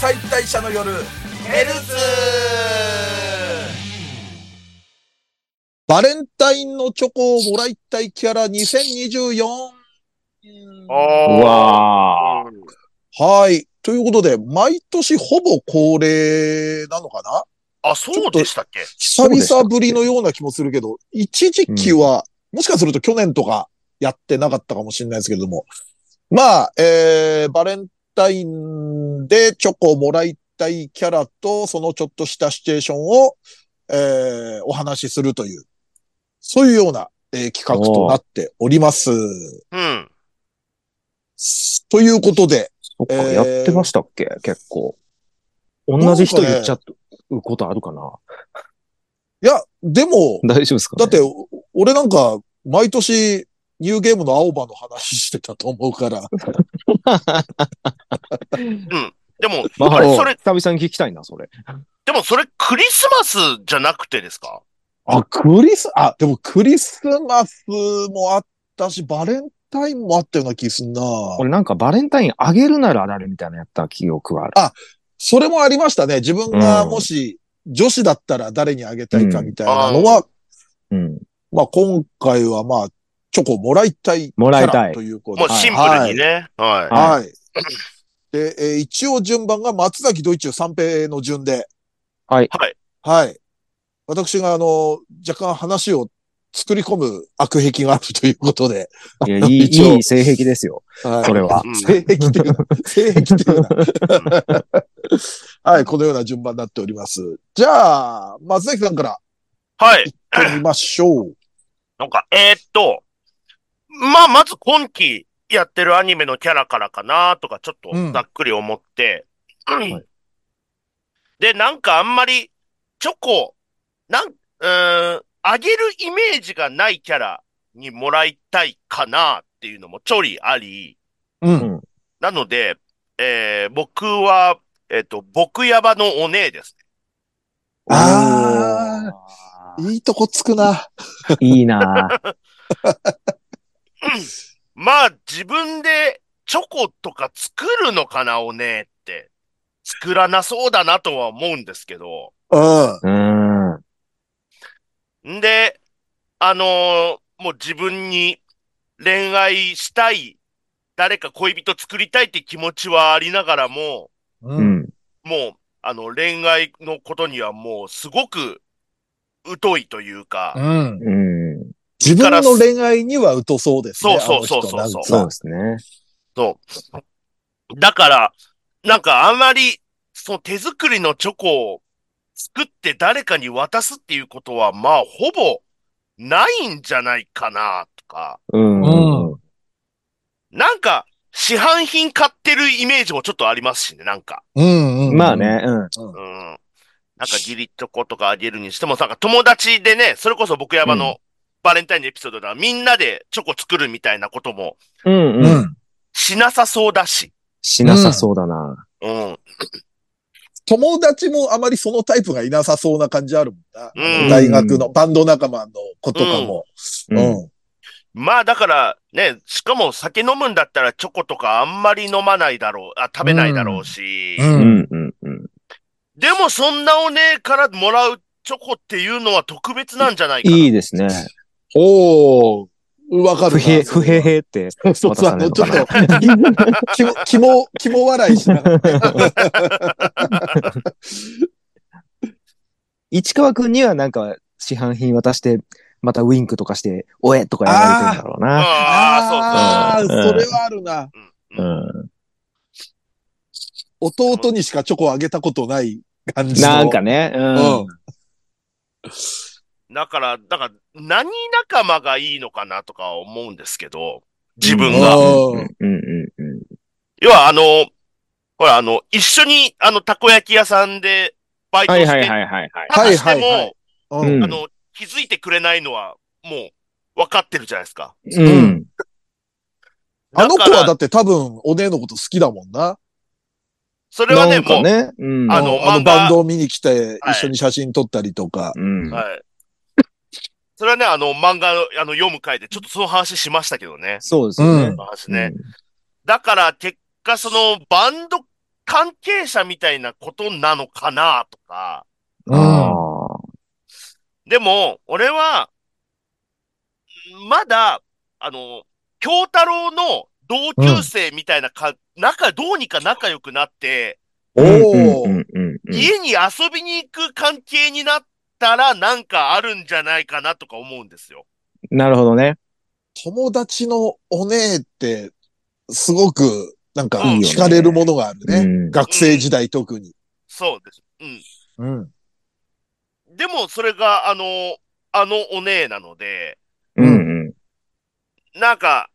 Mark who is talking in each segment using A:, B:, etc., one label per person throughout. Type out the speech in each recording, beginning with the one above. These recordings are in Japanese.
A: 解体者の夜ヘルツ
B: バレンタインのチョコをもらいたいキャラ2024。
C: あ
D: わー。
B: はい。ということで、毎年ほぼ恒例なのかな
C: あ、そうでしたっけ
B: 久々ぶりのような気もするけど、一時期は、もしかすると去年とかやってなかったかもしれないですけれども、まあ、えー、バレンタインでチョコをもらいたいキャラと、そのちょっとしたシチュエーションを、えー、お話しするという、そういうような、えー企画となっております。
C: うん。
B: ということで、
D: そっか、
B: えー
D: やってましたっけ結構。同じ人言っちゃうことあるかな。
B: いや、でも、
D: 大丈夫ですか、ね、
B: だって、、お俺なんか、毎年、ニューゲームの青葉の話してたと思うから、
C: でも、
D: まあ、
C: あれ、それ、
D: 久々に聞きたいな、それ。
C: でもそれクリスマスじゃなくてですか
B: あ、クリス、あ、でもクリスマスもあったし、バレンタインもあったような気すんな。
D: これなんかバレンタインあげるならあられみたいなのやった記憶がある。
B: それもありましたね。自分が
D: うん
B: もし女子だったら誰にあげたいかみたいなのは、
D: うん。
B: まあ今回はまあ、チョコもらいたい。
D: もらいたい
B: ということ
C: もう
B: で。
C: シンプルにね。はい。
D: は
B: はい。で、えー一応順番が松崎ドイチュ三平の順で。
D: はい
C: はい。
B: はい。私があの、若干話を作り込む悪癖があるということで。
D: いや、 いい、
B: 一応
D: いい性癖です よ。
B: はい
D: それ は。
C: うん
B: 性癖っていうな、性 癖っていうな。はい、このような順番になっております。じゃあ、松崎さんから
C: はい。
B: 行ってみましょう。
C: なんか、えーっと、まあ、まず今期やってるアニメのキャラからかなとか、ちょっと
B: うん
C: ざっくり思って。
D: い
C: で、なんかあんまり、チョコ、なん、うーん、あげるイメージがないキャラにもらいたいかなっていうのもちょりあり。
B: うん。
C: なので、えー僕は、えっ、と、僕ヤバのお姉です。
B: あ
D: おー
B: いいとこつくな。
D: いいなぁ
C: まあ、自分でチョコとか作るのかな、お姉って。作らなそうだなとは思うんですけど。
B: うん。
D: うーん。
C: んで、あのーもう自分に恋愛したい、誰か恋人作りたいって気持ちはありながらも、
B: う。
D: うんん。
C: もう、あの、恋愛のことにはもうすごく疎いというか、
B: うん。
D: うん。
B: 自分の恋愛には疎そうですね。
C: そうそうそう
B: あの
C: そう
B: 人
D: そ
B: な
D: うんで
B: か
D: すね。
C: そう。だから、なんかあんまり、その手作りのチョコを作って誰かに渡すっていうことは、まあ、ほぼないんじゃないかな、とか。
D: うん。
B: う
C: なんか、市販品買ってるイメージもちょっとありますしね、なんか。
B: うんうん。
D: まあ。ね、うん。
C: うん。なんか、ギリチョコとかあげるにしても、なんか友達でね、それこそ僕やば
D: う
C: のバレンタインのエピソードでは、みんなでチョコ作るみたいなことも
D: うん
B: う
D: うん。
B: ん。
C: しなさそうだし。
D: しなさそうだな。
C: うん。
B: 友達もあまりそのタイプがいなさそうな感じあるもんな。
C: うん
B: 大学のバンド仲間の子とかも。
D: うん
B: うん。
C: まあだからね、しかも酒飲むんだったらチョコとかあんまり飲まないだろう、あ、食べないだろうし、
B: う。
D: うんんうんうん。
C: でもそんなお姉からもらうチョコっていうのは特別なんじゃないかな。
D: いいですね。
B: おー。わかるな。
D: 不平、不平平って。
B: そうそう、あの、ちょっと、き も、きも、きも笑いしながら。
D: 市川くんにはなんか市販品渡して、またウィンクとかして、おえとかやられてるんだろうな。
C: ああ、
B: ー
D: そうそ
B: そ
D: う
B: れはあるな。
C: そう
D: う
C: そう。
D: ん。
B: 弟にしかチョコをあげたことない感じの。
D: なんかね。う。
B: うん
C: だから、だから何仲間がいいのかなとか思うんですけど、自分が。
D: うんうんうん。
C: 要はあの、ほらあの、一緒にあの、たこ焼き屋さんでバイト
D: は
C: し
D: い
C: て、
D: はいはいはいはい。
C: ただしても、
B: はいはいはん。うん。
D: うん
C: あの、気づいてくれないのはもう分かってるじゃないですか。
D: うん。
B: あの子
C: だか
B: は
C: ら
B: だって多分、お姉のこと好きだもんな。
C: それはね、
D: なんか
C: もう、
D: ね。うん。
C: あの
B: うんあの
C: 漫画
B: バンドを見に来て、一緒に写真撮ったりとか。
D: うん。
C: はい。それはね、あの、漫画のあの読む回で、ちょっとその話しましたけどね。
D: そうですよ
B: う
D: ね
B: ん
C: そ。の話ね。だから、結果、その、バンド関係者みたいなことなのかなとか。
B: うん
D: あー
C: でも、俺は、まだ、あの、京太郎の同級生みたいなか、仲、どうにか仲良くなって、
B: おお、
D: うんうんうんうん
C: 家に遊びに行く関係になったらなんかあるんじゃないかなとか思うんですよ。
D: なるほどね。
B: 友達のお姉って、すごく、なんか、
C: うん
B: 惹かれるものがあるね。
D: うん
B: 学生時代特に。
C: そうです。う
B: うん。
C: ん。でも、それが、あの、あのお姉なので、
D: うんうん。
C: なんか、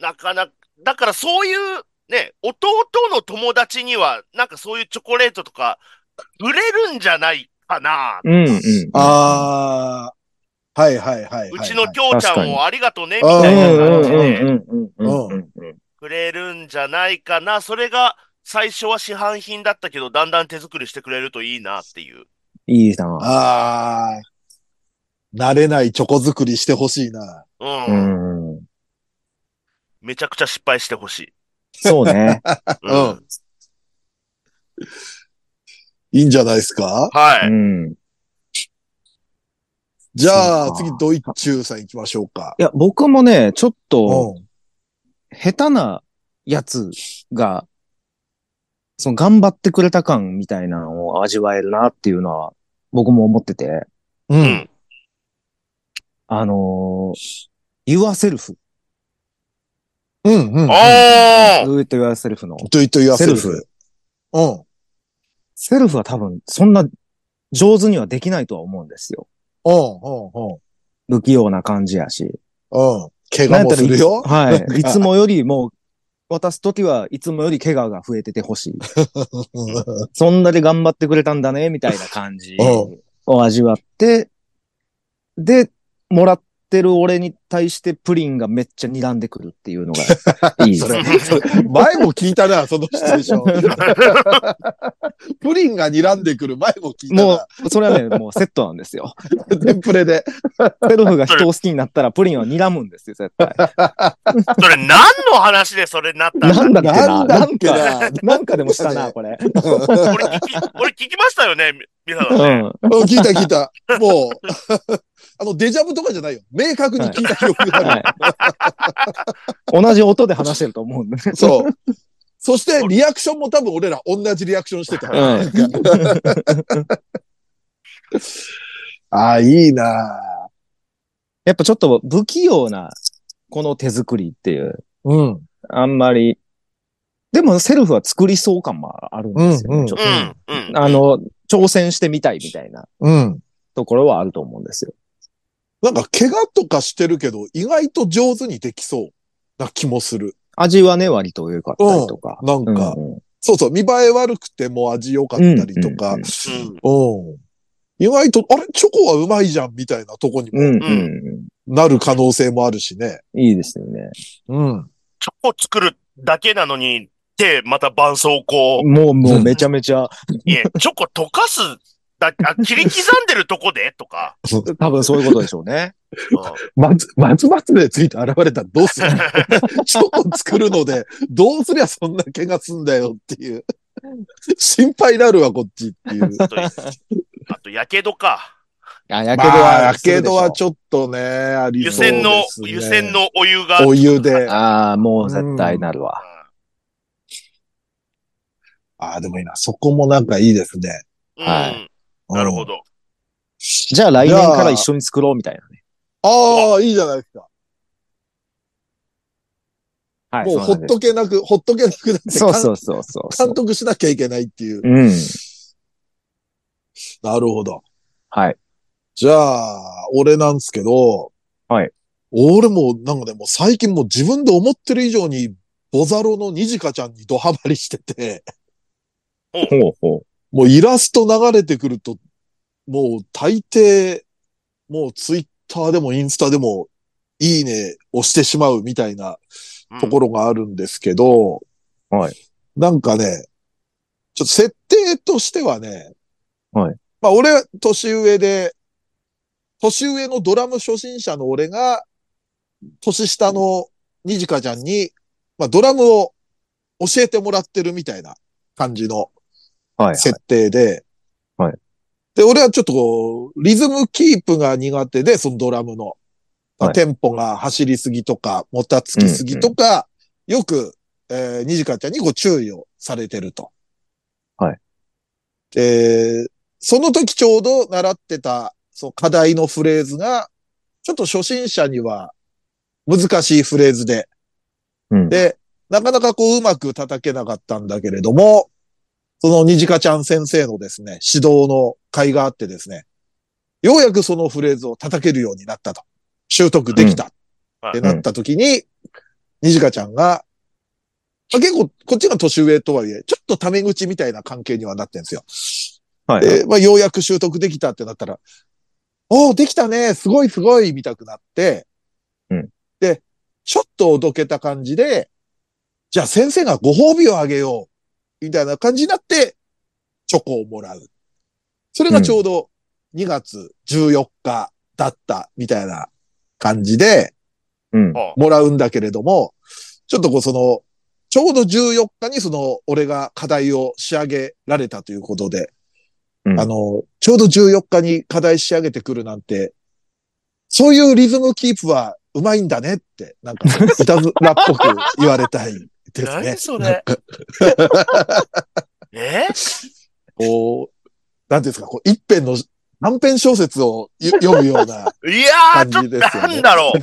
C: なかなか、だからそういう、ね、弟の友達には、なんかそういうチョコレートとか、売れるんじゃないかな。
D: うんうん。
B: ああ、はいはいはいはい、
C: う
B: はい。
C: ちの京ちゃ
D: 確か
C: ん
D: に
C: をありがとうね、み
B: あ
C: た
B: ー
C: いな
B: うん
C: 感
B: うん
C: じで、
D: うん
C: くれるんじゃないかな。それが、最初は市販品だったけど、だんだん手作りしてくれるといいなっていう。
D: いいな。
B: ああ、慣れないチョコ作りしてほしいな。
D: う
C: うん。
D: ん。
C: めちゃくちゃ失敗してほしい。
D: そうね。
B: うん。いいんじゃないですか
C: は
D: う
C: い。
D: ん。い
B: じゃあ、
D: そう
B: 次
D: か、
B: ドイッチューさん行きましょうか。
D: や、僕もね、ちょっと、
B: うん。
D: 下手なやつが、その頑張ってくれた感みたいなのを味わえるなっていうのは、僕も思ってて、
B: う。
C: うんん。
D: あのー、Your Self、
B: うん。 うん。
C: あー
D: Do It Yourself の、
B: ドイットユアセル
D: セル
B: フ。うん。
D: セルフは多分、そんな上手にはできないとは思うんですよ。
B: うん。うん。うん
D: 不器用な感じやし。
B: うん。怪我もするよ。
D: なんやった らは
B: な
D: い。い
B: んか
D: つもよりも、渡すときはいつもより怪我が増えててほしい。
B: うん
D: そんだけ頑張ってくれたんだね、みたいな感 じ
B: う
D: を味わって、で、もらってる俺に対してプリンがめっちゃ睨んでくるっていうの がいい。
B: それ、それ前も聞いたな、そのシチュエーション。プリンが睨んでくる前も聞いた
D: も
B: な。
D: う、それはね、もうセットなんです よ。
B: テンプレで。
D: セルフが人を好きになったらプリンは睨むんですよ、絶対。
C: それ何の話でそれになった
D: なんだっけ
B: な
D: な、
B: ん
D: な
B: だっ
D: ん
B: け
D: か、
B: な。
D: なんかでもしたな、これ。
C: 俺聞 き、俺聞きましたよね、みみさん
D: う
C: ね。
B: う
D: ん。
B: ん聞いた聞いた。もう、あの、デジャブとかじゃないよ。明確に聞いた記憶があ
D: はい。同じ音で話してると思うんで。
B: る。そう。そして、リアクションも多分俺ら同じリアクションしてた。
D: うん。
B: ああ、いいな
D: やっぱちょっと不器用な、この手作りっていう、
B: うん。
D: あんまり、でもセルフは作りそう感もあるんですよね、
B: うんうん
D: ちょっ
C: う
D: と。
C: ん。うん。
D: あの、挑戦してみたいみたいな
B: うん。
D: ところはあると思うんですよ。
B: なんか、怪我とかしてるけど、意外と上手にできそうな気もする。
D: 味はね、割と良かったりとか。
B: なん
D: うん
B: か、
D: うん
B: そうそう、見栄え悪くても味良かったりとか、
C: うん
B: うん。意外と、あれ、チョコはうまいじゃんみたいなとこに
D: うん
B: も
D: うんう
B: なる可能性もあるしね。
D: ん。いいですよね。
B: うん。
C: チョコ作るだけなのに、で、また絆創膏。
D: もう、もうめちゃめちゃ、
C: いえ、チョコ溶かすだけ、あ、切り刻んでるとこ でとか。
D: 多分そういうことでしょうね。
C: う
B: 松、松松でついて現れたらどう するチョコ作るので、どうすりゃそんな怪我すんだよっていう。心配になるわ、こっちっていう。
C: んとあと、やけどか。
D: あ、やけ
B: ま
D: ど
B: あ、
D: は
B: や
D: する
B: け
D: でし
B: ど
D: ょ。
B: はちょっとね、あり
C: 湯
B: そうです、
C: 煎。
B: ね
C: の、湯煎。のお湯が。
B: お湯で。
D: ああ、もう絶対なるわ。
B: ああ、でもいいな。そこもなんかいいですね。
C: うん。
D: は
C: うんなるほ
B: ど。
C: ど。
D: じゃあ来年から一緒に作ろうみたいなね。
B: ああ、いいじゃないですか。
D: はい。
B: もうほ
D: そう
B: っ
D: なんです
B: とけなく、ほっとけなくなって、
D: そうそうそうそうそう
B: 監。督しなきゃいけないっていう。
D: うん。
B: なるほど。
D: はい。
B: じゃあ、俺なんですけど。
D: はい。
B: 俺も、なんかね、もう最近もう自分で思ってる以上に、ボザロのニジカちゃんにドハマりしてて、
D: ほうほう。
B: もうイラスト流れてくると、もう大抵、もうツイッターでもインスタでも、いいねをしてしまうみたいな
C: うん
B: ところがあるんですけど、
D: はい。
B: なんかね、ちょっと設定としてはね、
D: はい。
B: まあ俺は年上で、年上のドラム初心者の俺が、年下のにじかちゃんに、まあドラムを教えてもらってるみたいな感じの
D: はい。
B: 設定で、
D: はいはい
B: で、俺はちょっとこう、リズムキープが苦手で、そのドラムの、まあ
D: はい
B: テンポが走りすぎとか、もたつきすぎとか、よく、えー、にじかちゃんにご注意をされてると。
D: はい。
B: で、その時ちょうど習ってた、そう、課題のフレーズが、ちょっと初心者には難しいフレーズで、
D: うん。
B: で、なかなかこううまく叩けなかったんだけれども、そのにじかちゃん先生のですね、指導の会があってですね、ようやくそのフレーズを叩けるようになったと。習得できた。
C: うん
B: ってなった時に、にじかちゃんが、まあ結構、こっちが年上とはいえ、ちょっとタメ口みたいな関係にはなってんですよ。
D: はい。
B: で、まあ、ようやく習得できたってなったら、おお、できたね、すごいすごい、見たくなって、
D: うん
B: で、ちょっとおどけた感じで、じゃあ先生がご褒美をあげよう、みたいな感じになって、チョコをもらう。それがちょうど2月14日だった、みたいな感じで、
D: うん。
C: は
B: もらうんだけれども、ちょっとこうその、ちょうど14日にその、俺が課題を仕上げられたということで、
D: うん
B: あの、ちょうど14日に課題仕上げてくるなんて、そういうリズムキープはうまいんだねって、なんか、歌らっぽく言われたいで
C: あ。
B: す
C: 何。そ
B: ね
C: れ。 え
B: こう、なんていうんですか、こう、一編の、短編小説をゆ読むような、
C: いやー、ちょ
B: 感
C: っ
B: じ
C: と
B: ですよね
C: なんだろう。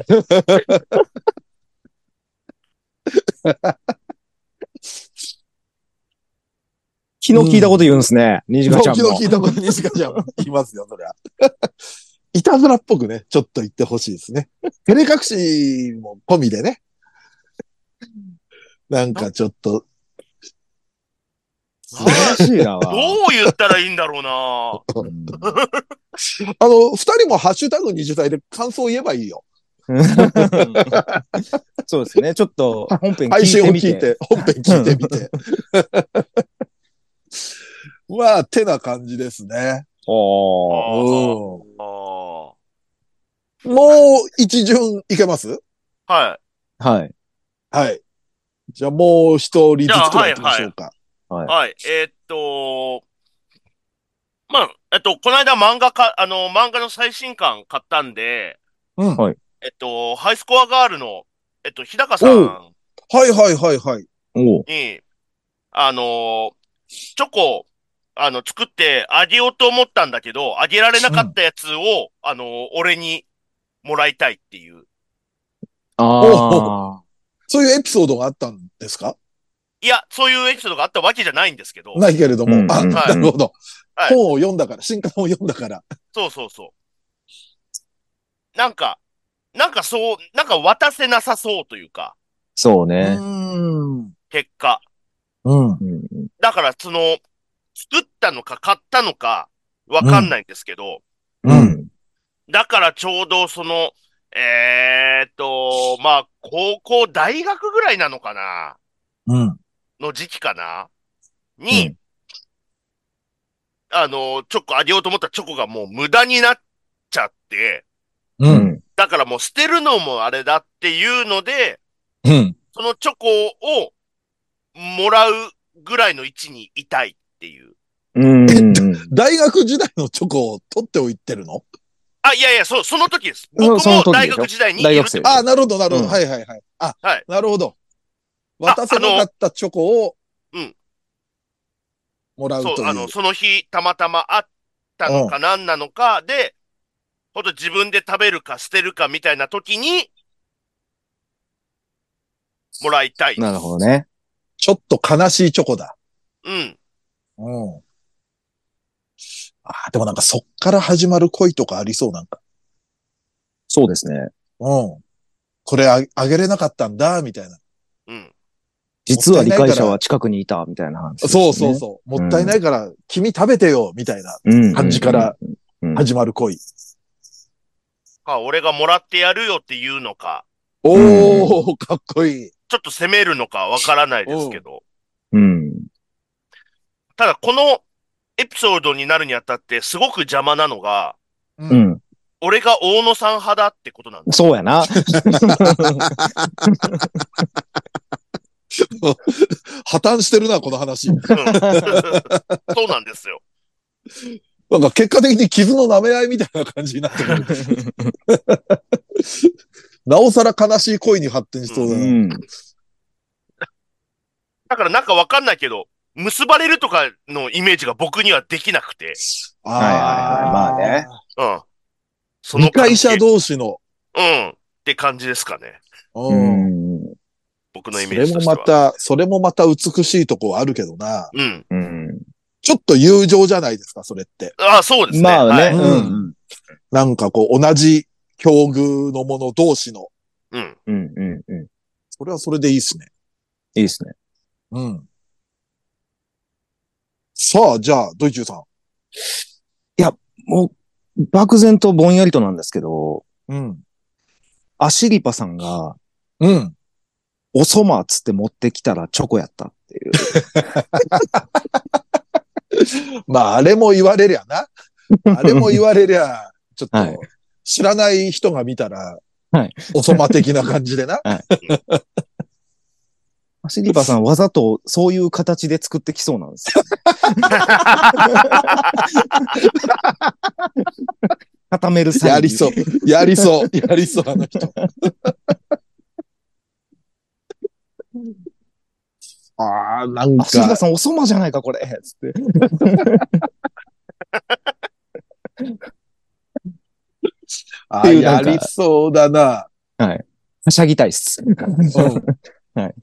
D: 気の利いたこと言うんですね。にじかちゃん
B: 気
D: も
B: の。利いたことにしかじゃ言いますよ、そりゃ。 いたずらっぽくね、ちょっと言ってほしいですね。照れ隠しも込みでね。なんかちょっと、
D: 素晴らしいな。
C: どう言ったらいいんだろう な。
D: うん
B: あの、二人もハッシュタグ20代で感想を言えばいいよ。
D: そうですね。ちょっと本編聞
B: 配
D: い
B: 信を
D: てみ
B: 聞い
D: て。
B: て、本編聞いてみて。 まあ、てな感じですね。
D: おー
B: うん。
C: あ
B: も
C: あー。
B: う一巡いけます
C: はい。
D: はい。
B: はい。じゃあもう一人ずつくらい行きましょうか。
C: はい。えーっと、まあ、えっと、この間漫画か、あの、漫画の最新刊買ったんで、
B: うん。
D: はい
C: えっと、ハイスコアガールの、えっと、日高さん
B: はいはいはいはい。
D: おう
C: に、あのー、チョコ、あの、作ってあげようと思ったんだけど、あげられなかったやつを、あのー、俺にもらいたいっていう。
D: あ
B: そういうエピソードがあったんですか
C: いや、そういうエピソードがあったわけじゃないんですけど、
B: ないけれども。
D: うん
B: あ、
D: うん
B: なるほど、
C: はい
B: 本を読んだから、新刊を読んだから。
C: そうそうそう。なんか、なんかそう、なんか渡せなさそうというか、
D: そう
B: う
D: ね。
B: ん。うん。
C: 結果。
D: うん
C: だから、その、作ったのか買ったのか、わかんないんですけど、
D: うん。
C: だからちょうどその、えーっと、まあ、高校、大学ぐらいなのかな
B: うん。
C: の時期かな
D: う
C: に、あの、チョコ、あげようと思ったチョコがもう無駄になっちゃって、
B: う。
D: うんん。
C: だからもう捨てるのもあれだっていうので、
B: うん。
C: そのチョコをもらうぐらいの位置にいたいっていう。
D: うん。
B: 大学時代のチョコを取っておいてるの
C: あ、いやいや、そう、その時です。
D: そ
C: 僕
D: その
C: も
D: 時で
C: 大
D: しょ
C: 学時代にいる
D: 大学生。
B: あ、なるほど、なるほど。
D: うん
B: はいはいはい。あ、
C: はい
B: なるほど。
C: あ
B: 渡せなかったチョコを、
C: あのうん。
B: もらうとい。
C: そうう、あの、その日、たまたまあったのかなんなのかで、ほんと自分で食べるか捨てるかみたいな時に、もらいたい。
D: なるほどね。
B: ちょっと悲しいチョコだ。
C: うん。
B: うん。あー、でもなんかそっから始まる恋とかありそうなんか。
D: そうですね。
B: うん。これああげれなかったんだ、みたいな。
C: うん。
D: 実は理解者は近くにいた、みたいな話、
B: そうそうそう。もったいないから、君食べてよ、みたいな
D: う。うん。
B: 感じから
D: うん。
B: 始まる恋。
C: か、俺がもらってやるよっていうのか、
B: おー、かっこいい。
C: ちょっと責めるのかわからないですけど。
D: うん。
C: ただ、このエピソードになるにあたって、すごく邪魔なのが、
B: う
D: う。ん。
C: 俺が大野さん派だってことなんです。
D: そうやな。
B: 破綻してるな、この話。
C: そ うなんですよ。
B: なんか結果的に傷の舐め合いみたいな感じになってくる。 なおさら悲しい恋に発展しそう
D: う
B: だな。
D: ん。
C: だからなんかわかんないけど、結ばれるとかのイメージが僕にはできなくて。
B: あ
D: はいはいはいまあね。
C: うん。そ
B: 理解
C: 関
B: 者
C: 係
B: 同士の。
C: うん。って感じですかね。
B: う。
D: うんん。
C: 僕のイ
B: そ
C: メー
B: れ
C: ジと
B: も
C: しては。
B: また、それもまた美しいとこはあるけどな。
C: うん。
D: うん。
B: ちょっと友情じゃないですか、それって。
C: ああ、そうですね。
D: まあ
C: は
D: ね。
C: い
D: うん。
B: なんかこう、同じ境遇の者同士の。
C: うん。
D: うん。うん。うん。
B: それはそれでいいですね。
D: いいですね。
B: うん。さあ、じゃあ、ドイチューさ
D: もう、漠然とぼんやりとなんですけど、
B: ん。うん。
D: アシリパさんが、
B: うん。
D: おそまっつって持ってきたらチョコやったっていう。
B: まあ、あれも言われりゃ な。あれも言われりゃ、ちょっ
D: はい
B: と、知らない人が見たら、
D: はい
B: おそま的な感じ でな。
D: アシリパさんわざとそういう形で作ってきそうなんです よ、固める際に
B: やりそう。やりそう。 やりそう、あの人。 ああ、なん
D: アシリパ
B: か、
D: さんおそまじゃないか、これ。つって。
B: あ
D: って
B: ー
D: いうな
B: や
D: んか
B: りそうだな。
D: はしゃぎたいっ す。
B: うん
D: はい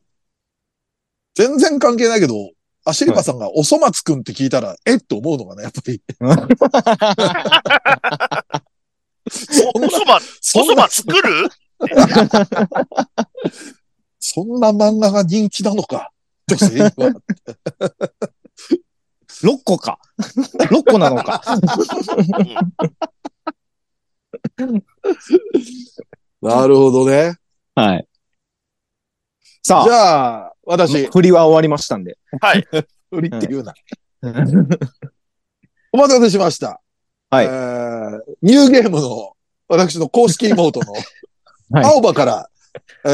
B: 全然関係ないけど、アシリバさんがおそ松くんって聞いたら、えって思うのかな、やっぱり。そん
C: お
B: な、
C: そば、お
B: そ
C: そ
B: んな
C: ば、作る
B: そんな漫画が人気なのか。女性は。
D: 6個か。6個なのか。
B: なるほどね。
D: はい。
B: じ
D: さあ、
B: ゃあ、私、
D: 振りは終わりましたんで。
C: はい。
B: 売りって言うな。お待たせしました。
D: はい
B: えーニューゲームの、私の公式妹の、
D: はい
B: 青葉から、え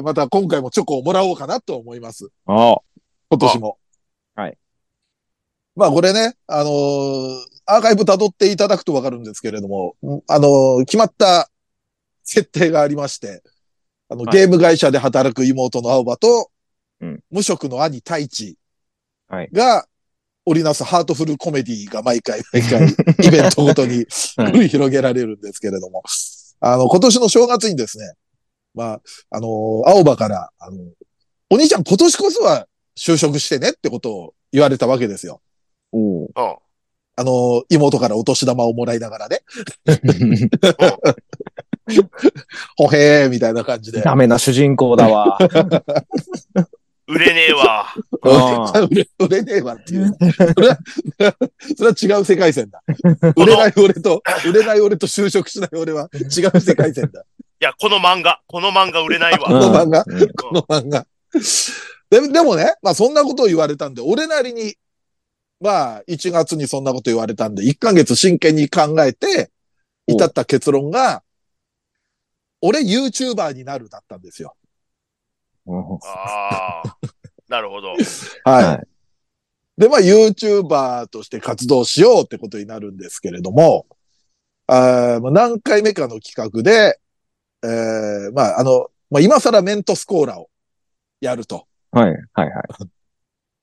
B: ーまた今回もチョコをもらおうかなと思います。
D: ああ。
B: 今年も。
D: あはい。
B: まあこれね、あのーアーカイブ辿っていただくとわかるんですけれども、んあのー決まった設定がありまして、あの、
D: はい
B: ゲーム会社で働く妹の青葉と、
D: うん
B: 無職の兄太一
D: はい
B: が織りなすハートフルコメディが毎 回毎回イベントごとに
D: はい
B: 繰り広げられるんですけれども、あの、今年の正月にですね、まあ、あのー青葉から、あの、お兄ちゃん今年こそは就職してねってことを言われたわけですよ。
D: お う
C: うん
B: あのー妹からお年玉をもらいながらね、ほへーみたいな感じで。
D: ダメな主人公だ わ。
C: 売れねえわ。
D: あー
B: 売れ 売れねえわっていう。 それは、それは違う世界線だ。売れない俺と、売れない俺と就職しない俺は違う世界線だ。
C: いや、この漫画、この漫画売れない
B: この
C: わ。
B: 漫画、
D: うんうん
B: この漫画。ででもね、まあそんなことを言われたんで、俺なりに、まあ1月にそんなこと言われたんで、1ヶ月真剣に考えて、至った結論が、俺 YouTuber になるだったんですよ。
C: ああ。なるほど。
B: はい。
D: は
B: で、まあ、YouTuber として活動しようってことになるんですけれども、あーまあ、何回目かの企画で、えーまあ、あの、まあ、今更メントスコーラをやると。
D: はい、はい、はい。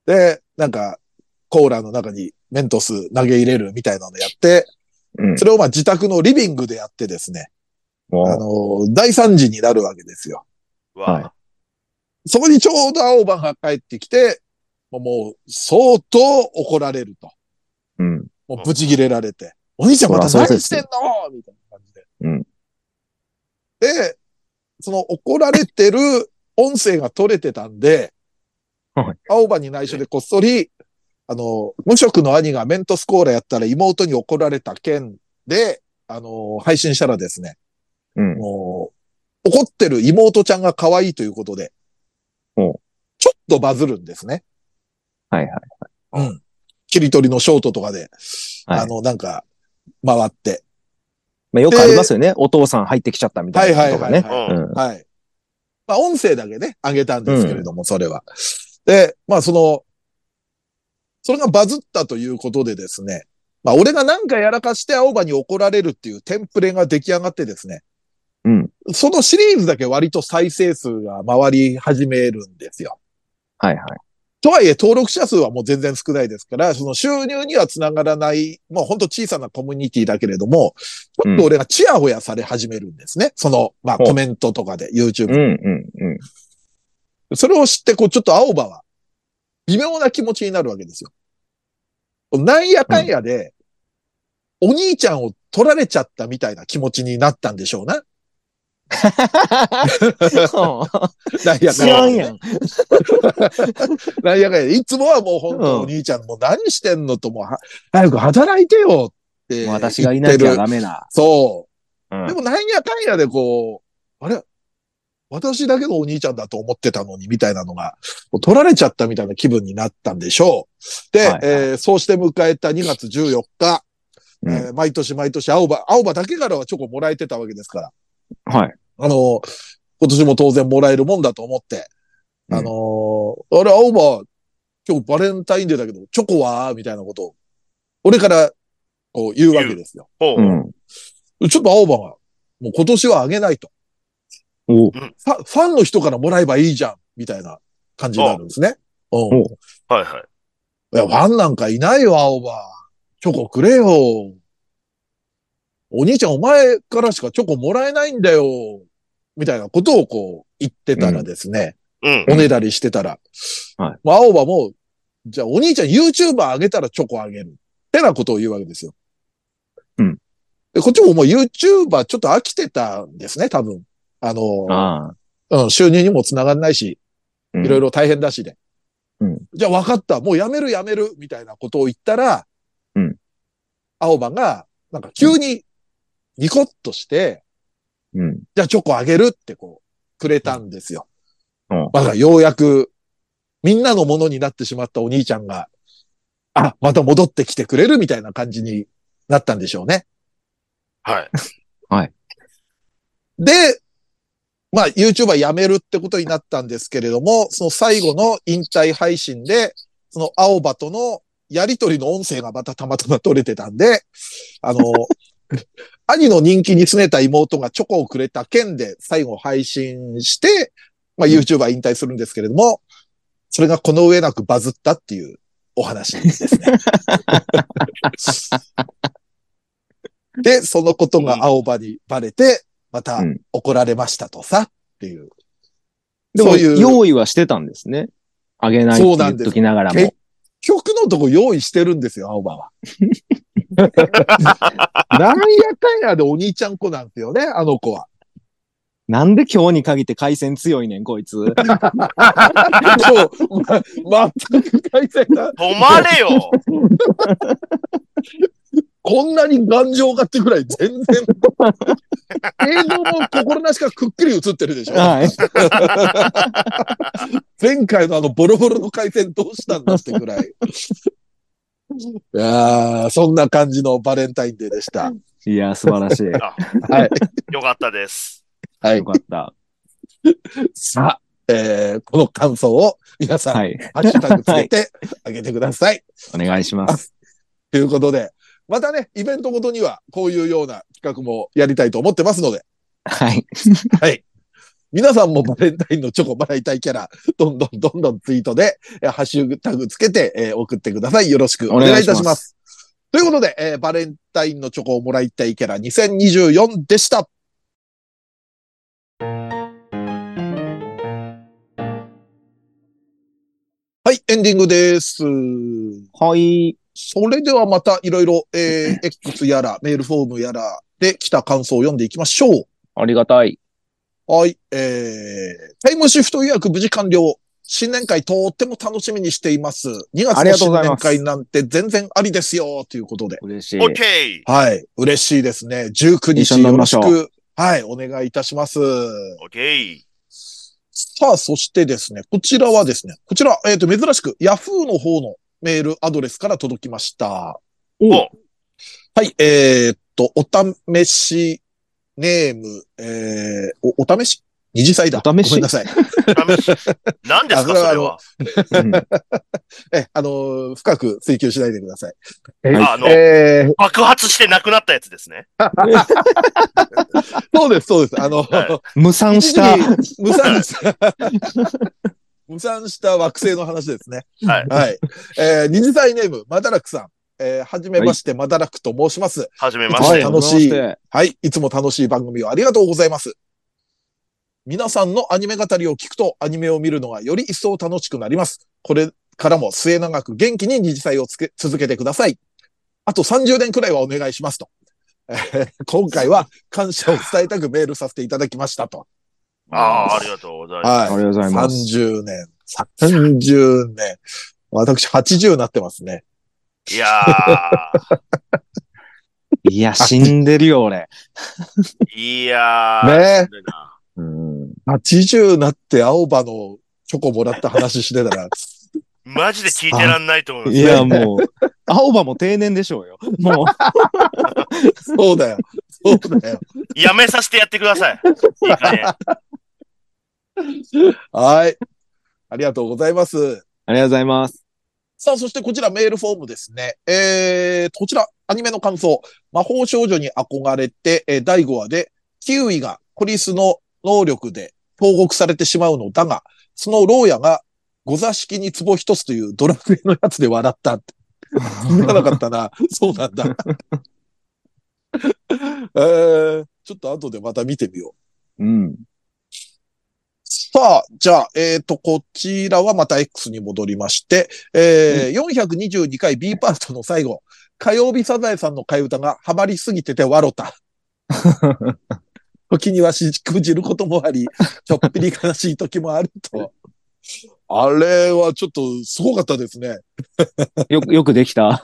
B: で、なんか、コーラの中にメントス投げ入れるみたいなのやって、
D: うん
B: それをまあ自宅のリビングでやってですね、あ
D: おう
B: の、大惨事になるわけですよ。
D: はい
C: わ
B: そこにちょうど青葉が帰ってきて、もうもう相当怒られると。
D: うん。
B: もうブチ切れられて。お兄ちゃんまた
D: そ
B: 何
D: りゃそうで
B: し
D: す
B: てん
D: よ
B: のみたいな感じで。
D: うん
B: で、その怒られてる音声が取れてたんで、
D: はい
B: 青葉に内緒でこっそり、あの、無職の兄がメントスコーラやったら妹に怒られた件で、あの、配信したらですね、
D: うん。
B: もう、怒ってる妹ちゃんが可愛いということで、
D: お
B: ちょっとバズるんですね。
D: はい、はい。
B: 切り取りのショートとかで、
D: はい
B: あの、なんか、回って。
D: まあ、よくありますよね。お父さん入ってきちゃったみたいなのとかね。
B: はいはい
C: はい
D: うん
B: はい。まあ、音声だけね、上げたんですけれども、それは。で、まあ、その、それがバズったということでですね、まあ、俺が何かやらかして青葉に怒られるっていうテンプレが出来上がってですね、
D: うん。
B: そのシリーズだけ割と再生数が回り始めるんですよ。
D: はいはい。
B: とはいえ、登録者数はもう全然少ないですから、その収入にはつながらない、まあ本当小さなコミュニティだけれども、ちょっと俺がチヤホヤされ始めるんですね。その、まあ
D: ほう
B: コメントとかで、YouTube
D: うんうん うん。
B: それを知って、こう、ちょっと青葉は、微妙な気持ちになるわけですよ。なんやかんやで、お兄ちゃんを取られちゃったみたいな気持ちになったんでしょうな。 なんやか
D: 知
B: ん
D: ら
B: や
D: ん
B: でね。
D: やん。
B: なんやかんやで。いつもはもう本当、
D: うん
B: お兄ちゃんもう何してんのともうは、早く働いてよって。
D: 私がいなきゃ
B: 言ってる
D: ダメな。
B: そうう。
D: ん
B: でもなんやかんやでこう、あれ私だけのお兄ちゃんだと思ってたのに、みたいなのが、もう取られちゃったみたいな気分になったんでしょう。で、
D: はいはい
B: えーそうして迎えた2月14日、
D: うん
B: えー毎年毎年青葉、青葉だけからはチョコもらえてたわけですから、
D: はい。
B: あのー今年も当然もらえるもんだと思って、
D: うん
B: あのーあれ、青葉、今日バレンタインデーだけど、チョコはみたいなことを、俺からこう言うわけですよ。
C: ほう。
D: うん。
B: ちょっと青葉が、もう今年はあげないと。
D: お
B: ファファンの人からもらえばいいじゃん、みたいな感じになるんですね。うん。
D: お
B: い
C: はいはい。
B: や、ファンなんかいないよ、青葉。チョコくれよ。お兄ちゃん、お前からしかチョコもらえないんだよ。みたいなことをこう言ってたらですね、
C: うん。
B: おねだりしてたら、
D: はい
B: まあ、青葉も、じゃあお兄ちゃん YouTuber あげたらチョコあげる。ってなことを言うわけですよ。
D: うん。
B: で、こっちももう YouTuber ちょっと飽きてたんですね、多分。あの
D: ああ。
B: うん、収入にもつながんないし、いろい
D: ろ。
B: ろ大変だしで。
D: うん
B: じゃあ分かった、もうやめるやめる、みたいなことを言ったら、
D: うん
B: 青葉が、なんか急にニコッとして、
D: うん。
B: じゃあチョコあげるってこう、くれたんですよ。
D: うん
B: まだようやく、みんなのものになってしまったお兄ちゃんが、あ、また戻ってきてくれるみたいな感じになったんでしょうね。
C: はい。
B: で、まあ、YouTuber 辞めるってことになったんですけれども、その最後の引退配信で、その青葉とのやりとりの音声がまたたまたま取れてたんで、 あの、兄の人気に拗ねた妹がチョコをくれた件で最後配信して、まあ、YouTuber 引退するんですけれども、それがこの上なくバズったっていうお話です ね。で、そのことが青葉にバレて、また
D: うん
B: 怒られましたとさ、っていう。
D: でも、
B: そういう
D: 用意はしてたんですね。あげないって言っときながら
B: 結
D: も。
B: 局のとこ用意してるんですよ、青葉 は。なんやかんやでお兄ちゃん子なんですよね、あの子は。
D: なんで今日に限って海鮮強いねん、こ いつ。
B: そう、ま、全く改善が、
C: 止まれ よ。
B: こんなに頑丈かってくらい全然、映像も心なしかくっきり映ってるでしょ。
D: はい。
B: 前回のあのボロボロの回転どうしたんだってぐらい。 いやー、そんな感じのバレンタインデーでした。
D: いや、素晴らしい。よ
C: あ
B: はい。
C: よかったです。
B: はい。
D: かった。
B: さあ、えー、この感想を皆さん、
D: はい。
B: ハッシュタグつ けてあげてください。
D: お願いします。
B: ということで、またね、イベントごとにはこういうような企画もやりたいと思ってますので、
D: はい。
B: 皆さんもバレンタインのチョコもらいたいキャラ、どんどんどんどんツイートで、えーハッシュタグつけて、えー送ってください。よろしくお願いいたします。ということで、えーバレンタインのチョコをもらいたいキャラ2024でした。はい、エンディングです。
D: はい。
B: それではまたいろいろ、えー X やら、メールフォームやらで来た感想を読んでいきましょう。
D: ありがたい。
B: はい、えー、タイムシフト予約無事完了。新年会とっても楽しみにしています。2
D: あ
B: 月
D: り
B: の新
D: がとうござい
B: 年
D: ます
B: 会なんて全然ありですよ、ということで。
D: 嬉しい。
C: OK!
B: はい、嬉しいですね。19
D: 一
B: 日
D: 緒に飲
B: よ
D: み
B: ろ
D: ま
B: し
D: しょう
B: く、はい、お願いいたします。
C: OK!
B: さあ、そしてですね、こちらはですね、こちら、えっ、と、珍しく、ヤフーの方のメールアドレスから届きました。
C: お
B: はい、えーっと、お試しネーム、えー、お、お試し二次祭だ。
D: お試し
B: ごめんなさい。
C: 何ですか、
B: あそれは
C: それは。
B: え、あのー深く追求しないでください。
C: あの
B: えー
C: 爆発してなくなったやつですね。
B: そうです、そうです。あの、
C: は
D: 無産した。
B: 無産した、 無産した惑星の話ですね。
C: はい。
B: はい。えー、二次祭ネーム、マダラクさん。えー、はじめまして、マダラクと申します。
C: はじめまして。
B: 楽しい
D: は
B: はい。いつも楽しい番組をありがとうございます。皆さんのアニメ語りを聞くと、アニメを見るのがより一層楽しくなります。これからも末永く元気に二次祭をつけ続けてください。あと30年くらいはお願いしますと。 えー今回は感謝を伝えたくメールさせていただきましたと。
C: ああ、ありがとうございます。
D: ありがとうございます。
B: 30年。30年。私80になってますね。
C: いやー、
D: いや、死んでるよ、俺。
C: いやー、
B: ね
D: うん。
B: 80なって青葉のチョコもらった話してたら、
C: マジで聞いてらんないと思います。
D: いや、もう、青葉も定年でしょうよ。も
B: そうだよ。そうだよ。
C: やめさせてやってください。いい加減。
B: はい。ありがとうございます。
D: ありがとうございます。
B: さあ、そしてこちらメールフォームですね。えー、こちら、アニメの感想。魔法少女に憧れて、えー第5話で、キウイがコリスの能力で投獄されてしまうのだが、その牢屋がご座敷に壺一つというドラクエのやつで笑った。気づかなかったな。そうなんだ。えー、ちょっと後でまた見てみよう。
D: うん。
B: さあ、じゃあ、えっ、と、こちらはまた X に戻りまして、えー422回 B パートの最後、火曜日サザエさんの替え歌がハマりすぎてて笑った。 時にはしくじることもあ り、ちょっぴり悲しい時もあると。あれはちょっとすごかったですね。
D: よく、よくできた。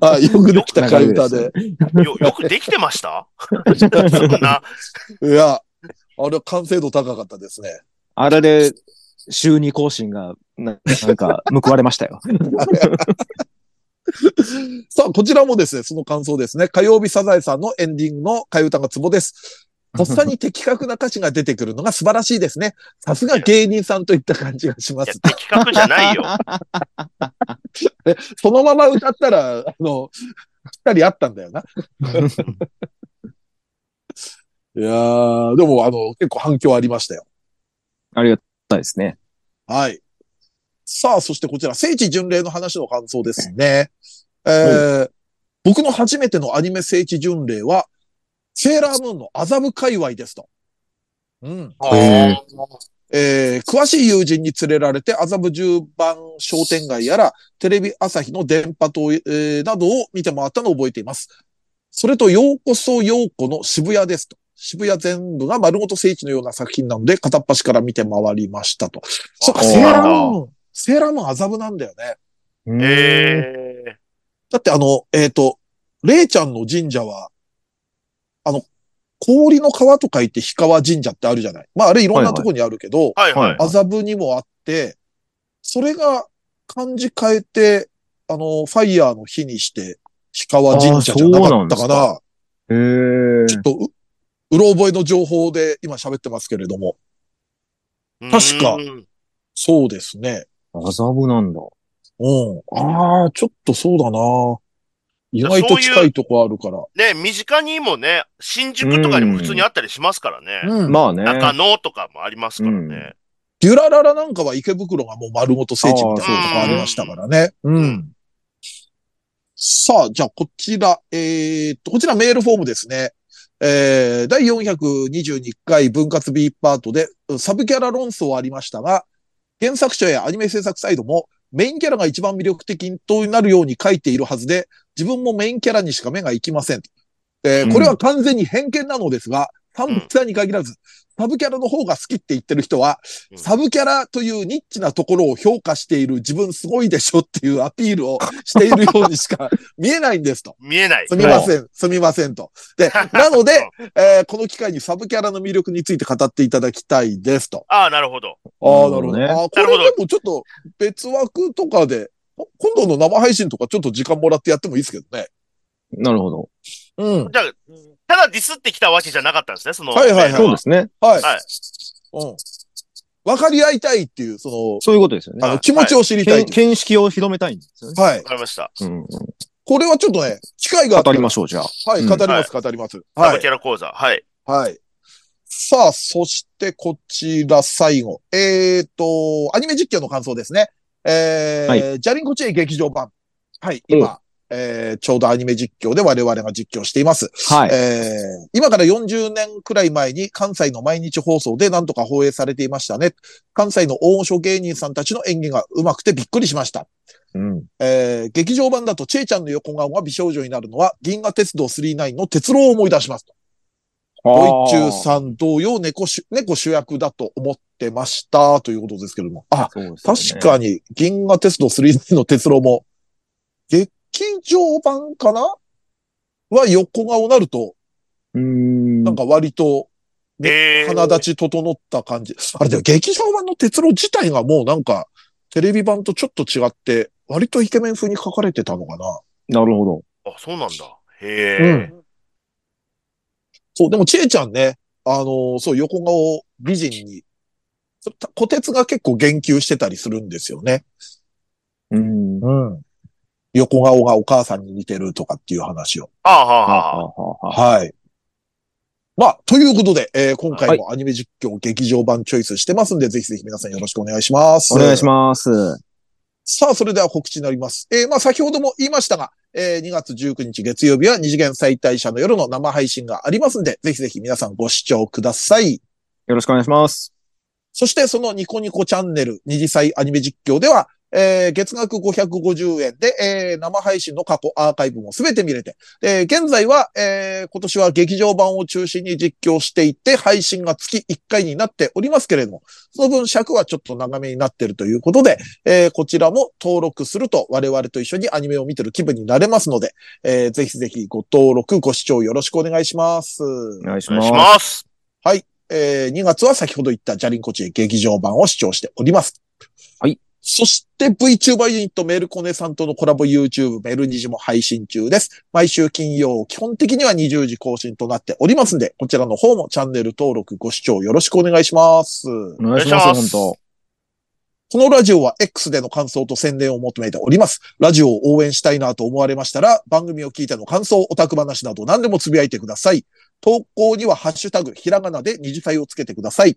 B: あよくできた替え歌
D: よ
B: で。
C: よ、よくできてましたそんな、
B: いや、あれは完成度高かったですね。
D: あれで、週2更新が、ななんか、報われましたよ。
B: さあ、こちらもですね、その感想ですね。火曜日サザエさんのエンディングの替え歌がツボです。とっさに的確な歌詞が出てくるのが素晴らしいですね。さすが芸人さんといった感じがしま
C: いや
B: す。
C: 的確じゃないよ。
B: そのまま歌ったら、あの、ぴったりあったんだよな。いやー、でもあの、結構反響ありましたよ。
D: ありがたいですね。
B: はい。さあ、そしてこちら、聖地巡礼の話の感想ですね。えー僕の初めてのアニメ聖地巡礼は、セーラームーンの麻布界隈ですと。うん。
D: へ
B: えー詳しい友人に連れられて、麻布十番商店街やら、テレビ朝日の電波塔、えーなどを見て回ったのを覚えています。それと、ようこそようこの渋谷ですと。渋谷全部が丸ごと聖地のような作品なので、片っ端から見て回りましたと。そっか、
C: あ
B: セーラームーン、セーラームーン麻布なんだよね。
D: え
C: えー、
B: だってあの、えっ、と、レイちゃんの神社は、あの、氷の川と書いて氷川神社ってあるじゃない。まあ、あれいろんなとこにあるけど、
C: はいはい。
D: はい
B: 麻布にもあって、それが漢字変えて、あの、ファイヤーの日にして、氷川神社じゃなかったかな。
D: あへえ。
B: ちょっとう、うろ覚えの情報で今喋ってますけれども。確か
C: うん
B: そうですね。
D: 麻布なんだ。
B: うん。ああ、ちょっとそうだな。意外と近いとこあるから。
C: ね、身近にもね、新宿とかにも普通にあったりしますからね。
B: うん。
D: まあね。
C: 中野とかもありますからね。
B: デュラララなんかは池袋がもう丸ごと聖地みたいなとこありましたからね。うんん。さあ、じゃあこちら、えー、っと、こちらメールフォームですね。えー、第422回分割 B パートでサブキャラ論争はありましたが、原作者やアニメ制作サイドもメインキャラが一番魅力的となるように書いているはずで、自分もメインキャラにしか目が行きません。えーこれは完全に偏見なのですが、サンプさんに限らず、サブキャラの方が好きって言ってる人は、
C: うん
B: サブキャラというニッチなところを評価している自分すごいでしょっていうアピールをしているようにし か見えないんですと。
C: 見えない
B: す。みません、すみませんと。 で、なので、えーこの機会にサブキャラの魅力について語っていただきたいですと。
C: ああ、なるほど。
B: ああ、な
D: な
B: るほ
D: るほ
B: ど。
D: どね
B: あーこれでもちょっと別枠とかで、こ今度の生配信とかちょっと時間もらってやってもいいですけどね。
D: なるほど。
B: うん。
C: じゃあ、ただディスってきたわけじゃなかったんですね、その。
B: はいはいはい
D: そうですね。
B: はい。
C: はい
B: うん。分かり合いたいっていう、そ
D: そういうことですよ
B: の、あ
D: ね。
B: の、気持ちを知りたい
D: 見
B: とい
D: 見識を広めたいんですよ
B: う。
D: ね。
B: はい
C: わ。かりました。
D: うん。
B: これはちょっとね、機会があった
D: 語
B: ら
D: りましょう、じゃあ。
B: はい、
D: うん
B: 語ります、語ります。
C: サ
B: は
C: ブ
B: い
C: キ。ャラ講座。はい。
B: はい。さあ、そしてこちら最後。えーと、アニメ実況の感想ですね。えー、
D: は
B: ジャリンコチェ劇場版。はい、今、えー、ちょうどアニメ実況で我々が実況しています。
D: はい。
B: えー今から40年くらい前に関西の毎日放送で何とか放映されていましたね。関西の大御所芸人さんたちの演技が上手くてびっくりしました。
D: うん。
B: えー劇場版だとチェイちゃんの横顔が美少女になるのは銀河鉄道39の鉄郎を思い出します。ドイチューさん同様猫主猫主役だと思ってましたということですけども。あ、
D: そうですよ
B: 確
D: ね
B: かに銀河鉄道39の鉄郎も劇場版かなは横顔なると
D: うーん。
B: なんか割と
C: えー、
B: 鼻立ち整った感じ。あれだよ、劇場版の鉄郎自体がもうなんか、テレビ版とちょっと違って、割とイケメン風に書かれてたのかな。
D: なるほど。
C: あ、そうなんだ。へえ。
B: そう、でもちえちゃんね、あのーそう、横顔美人に、そた小鉄が結構言及してたりするんですよね。
D: うん。
B: うん。横顔がお母さんに似てるとかっていう話を。
C: ああ、はあ、
D: は
C: はあ
D: あ。はあはあ
B: はい。まあ、ということで、えー今回もアニメ実況劇場版チョイスしてますんで、ぜひぜひ皆さんよろしくお願いします。
D: お願いします。
B: さあ、それでは告知になります。えーまあ、先ほども言いましたが、えー2月19日月曜日は二次元再退者の夜の生配信がありますんで、ぜひぜひ皆さんご視聴ください。
D: よろしくお願いします。
B: そして、そのニコニコチャンネル二次祭アニメ実況では、えー月額550円で、えー生配信の過去アーカイブもすべて見れて、えー現在は、えー今年は劇場版を中心に実況していて、配信が月1回になっておりますけれども、その分尺はちょっと長めになってるということで、えーこちらも登録すると我々と一緒にアニメを見てる気分になれますので、えーぜひぜひご登録、ご視聴よろしくお願いします。
D: お願いし
C: お
D: ま
C: 願い
D: す
C: し。ます。
B: えー2月は先ほど言ったジャリンコチエ劇場版を視聴しております。
D: はい。
B: そして VTuber ユニットメルコネさんとのコラボ YouTube メルニジも配信中です。毎週金曜、基本的には20時更新となっておりますんで、こちらの方もチャンネル登録、ご視聴よろしくお願いします。
D: お願いし
C: お願
D: ま
C: いします
D: す、本
B: このラジオは X での感想と宣伝を求めております。ラジオを応援したいなと思われましたら、番組を聞いての感想、オタク話など何でもつぶやいてください。投稿にはハッシュタグ、ひらがなで二次祭をつけてください。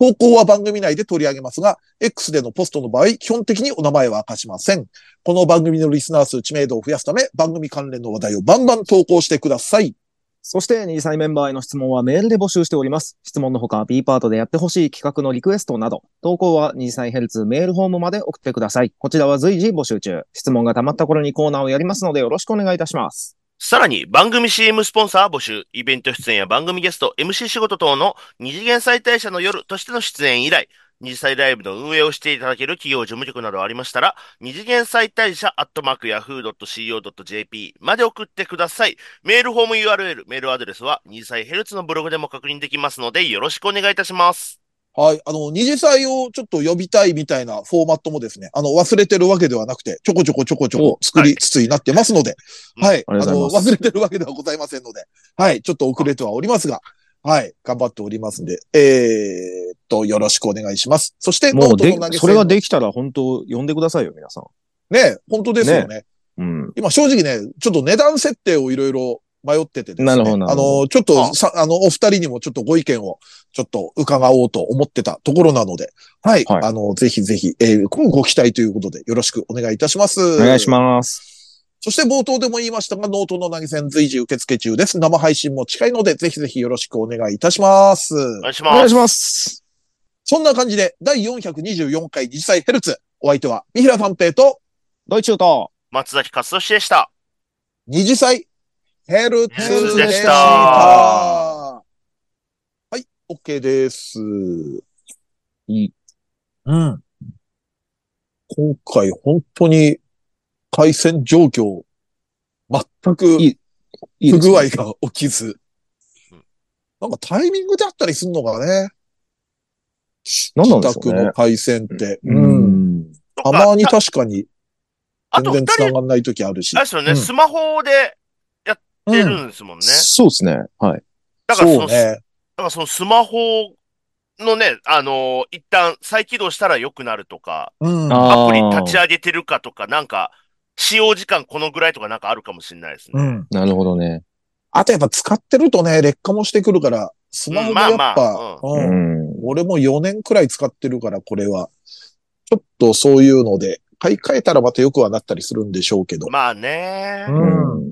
B: 投稿は番組内で取り上げますが、X でのポストの場合、基本的にお名前は明かしません。この番組のリスナー数知名度を増やすため、番組関連の話題をバンバン投稿してください。
D: そして、二次祭メンバーへの質問はメールで募集しております。質問のほか、B パートでやってほしい企画のリクエストなど、投稿は二次祭ヘルツメールフォームまで送ってください。こちらは随時募集中。質問が溜まった頃にコーナーをやりますので、よろしくお願いいたします。
C: さらに、番組 CM スポンサー募集、イベント出演や番組ゲスト、MC 仕事等の二次元再大社の夜としての出演以来、二次祭ライブの運営をしていただける企業事務局などありましたら、二次元再大社アットマークヤフー .co.jp まで送ってください。メールフォーム URL、メールアドレスは二次祭ヘルツのブログでも確認できますので、よろしくお願いいたします。
B: はい。あの、二次祭をちょっと呼びたいみたいなフォーマットもですね、あの、忘れてるわけではなくて、ちょこちょこちょこちょこ作りつつになってますので、は。
C: はい
D: ありがとう
B: の、
D: ございます
B: 忘れてるわけではございませんので、はい。ちょっと遅れてはおりますが、はい。頑張っておりますんで、えーっと、よろしくお願いします。そして、
D: もう
B: ノー
D: で
B: トの投、げ銭
D: それができたら本当、呼んでくださいよ、皆さ
B: ね、本当ですよね。
D: ん。うん。
B: 今、正直ね、ちょっと値段設定をいろいろ迷っててですね。
D: なるほどなるほ
B: あ
D: ど
B: の、ちょっとさ、あの、お二人にもちょっとご意見を、ちょっと伺おうと思ってたところなので、はい。
D: はい
B: あの、ぜひぜひ、えー、今後ご期待ということで、よろしくお願いいたします。
D: お
B: お
D: 願いします。
B: そして冒頭でも言いましたが、ノートの投げ銭随時受付中です。生配信も近いので、ぜひぜひよろしくお願いいたします。
C: お願いし
D: お
C: ます。
D: ます。
B: そんな感じで、第424回二次祭ヘルツ。お相手は、三平三平と
D: ドイチューと、
C: 松崎勝利でした。
B: 二次祭ヘルツ
C: ヘルツ
B: で
C: で
B: し。
C: したた
B: はい、OK です。
D: いい
B: うん。今回本当に回線状況、全く
D: いいいい
B: 不
D: です
B: 具
D: ね
B: 合が起きず
C: うん。
B: なんかタイミングであったりするのがね。
D: 何なんです
B: 自宅
D: かね
B: の回線って。うん。
D: ん。
B: たまに確かに
C: あと
B: 全
C: 二
B: 然
C: 人、
B: 繋がんない時あるし
C: あれ。ですよね、
B: うん
C: スマホで
B: う
C: 出
B: ん。
C: るんですもんね。
D: そうですね。はい。
C: だからそ
B: そ
C: の
B: うね。
C: だからそのスマホのね、あのー一旦再起動したら良くなるとか、
B: うん。
D: あ
C: ア
D: ー
C: プリ立ち上げてるかとか、なんか、使用時間このぐらいとかなんかあるかもしれないです
B: う
C: ね。
B: ん。
D: なるほどね。
B: あとやっぱ使ってるとね、劣化もしてくるから、スマホもやっ
C: まあま
B: ぱ、
C: あ
D: う
B: うん
D: ん。
B: 俺も4年くらい使ってるから、これは。ちょっとそういうので、買い替えたらまた良くはなったりするんでしょうけど。
C: まあね
B: う。ん。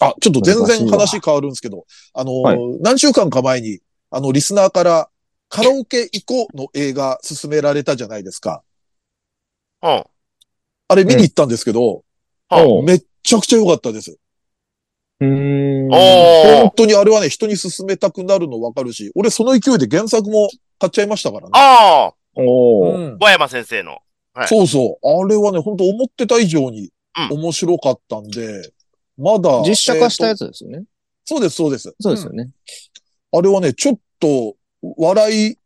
B: あ、ちょっと全然
D: 難しい
B: 話変わるんですけど、あのー、
D: はい
B: 何週間か前に、あの、リスナーから、カラオケ行こうの映画勧められたじゃないですか。
C: うん。
B: あれ見に行ったんですけど、
D: おう
B: めっちゃくちゃ良かったです。
D: うーん。
B: 本
C: おー。
B: 当にあれはね、人に勧めたくなるのわかるし、俺その勢いで原作も買っちゃいましたからね。
C: ああ
D: お
B: う
D: ー。
B: ん
C: 小山先生の。はい
B: そうそう。あれはね、本当思ってた以上に
C: う
B: 面白かったんで、まだ。
D: 実写化した
B: えー
D: や
B: と
D: つですよね。
B: そうです、そうです。
D: そうですよね。
B: あれはね、ちょっと、笑い、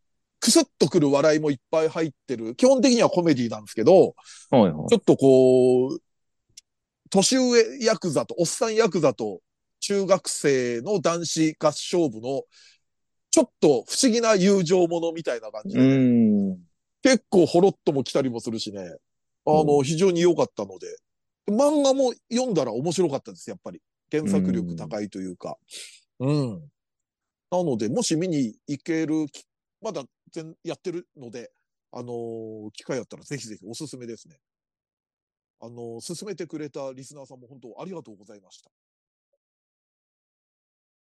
B: くすっとくる笑いもいっぱい入ってる。基本的にはコメディなんですけど、
D: はいはい
B: ちょっとこう、年上ヤクザと、おっさんヤクザと、中学生の男子合唱部の、ちょっと不思議な友情ものみたいな感じ
D: う
B: で、
D: ん。
B: 結構ほろっとも来たりもするしね、あの、非常に良かったので、漫画も読んだら面白かったです、やっぱり。原作力高いというか。うん。なので、もし見に行けるき、まだ全やってるので、あのー機会あったらぜひぜひおすすめですね。あのー、勧めてくれたリスナーさんも本当ありがとうございました。